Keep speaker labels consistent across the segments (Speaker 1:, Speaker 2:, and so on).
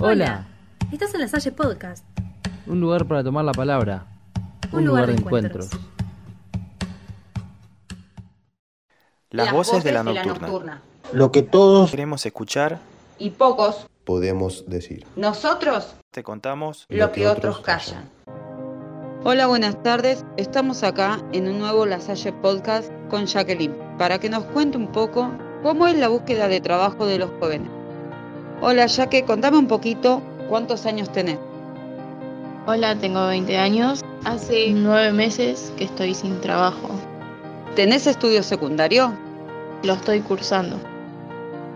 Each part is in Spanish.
Speaker 1: Hola.
Speaker 2: Estás en la Salle Podcast,
Speaker 1: Un lugar para tomar la palabra.
Speaker 2: un, lugar, de encuentros.
Speaker 3: Las, voces, de la nocturna.
Speaker 4: Lo que todos
Speaker 3: Queremos escuchar,
Speaker 5: Y pocos,
Speaker 6: podemos decir.
Speaker 5: nosotros,
Speaker 3: te contamos.
Speaker 5: lo, que, otros callan. Hola, buenas tardes. Estamos acá en un nuevo La Salle Podcast con Jacqueline para que nos cuente un poco cómo es la búsqueda de trabajo de los jóvenes. Hola, Jaque, contame un poquito cuántos años tenés.
Speaker 7: Hola, tengo 20 años. Hace nueve meses que estoy sin trabajo.
Speaker 5: ¿Tenés estudio secundario?
Speaker 7: Lo estoy cursando.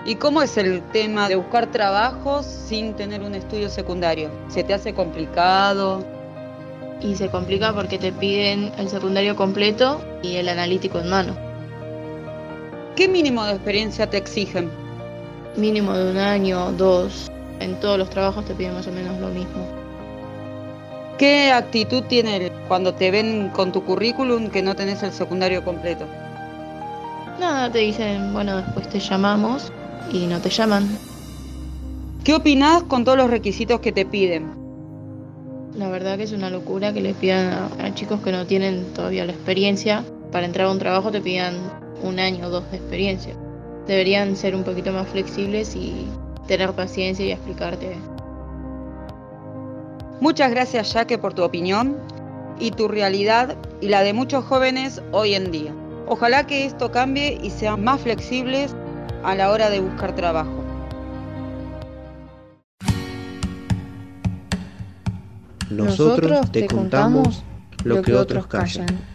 Speaker 5: ¿Y cómo es el tema de buscar trabajo sin tener un estudio secundario? ¿Se te hace complicado?
Speaker 7: Y se complica porque te piden el secundario completo y el analítico en mano.
Speaker 5: ¿Qué mínimo de experiencia te exigen?
Speaker 7: Mínimo de un año, dos. En todos los trabajos te piden más o menos lo mismo.
Speaker 5: ¿Qué actitud tiene el- cuando te ven con tu currículum que no tenés el secundario completo?
Speaker 7: Nada, te dicen, bueno, después te llamamos y no te llaman.
Speaker 5: ¿Qué opinás con todos los requisitos que te piden?
Speaker 7: La verdad que es una locura que les pidan a, a chicos que no tienen todavía la experiencia. Para entrar a un trabajo te pidan un año o dos de experiencia. Deberían ser un poquito más flexibles y tener paciencia y explicarte.
Speaker 5: Muchas gracias Jaque por tu opinión y tu realidad y la de muchos jóvenes hoy en día. Ojalá que esto cambie y sean más flexibles a la hora de buscar trabajo.
Speaker 6: Nosotros te contamos lo que otros callan.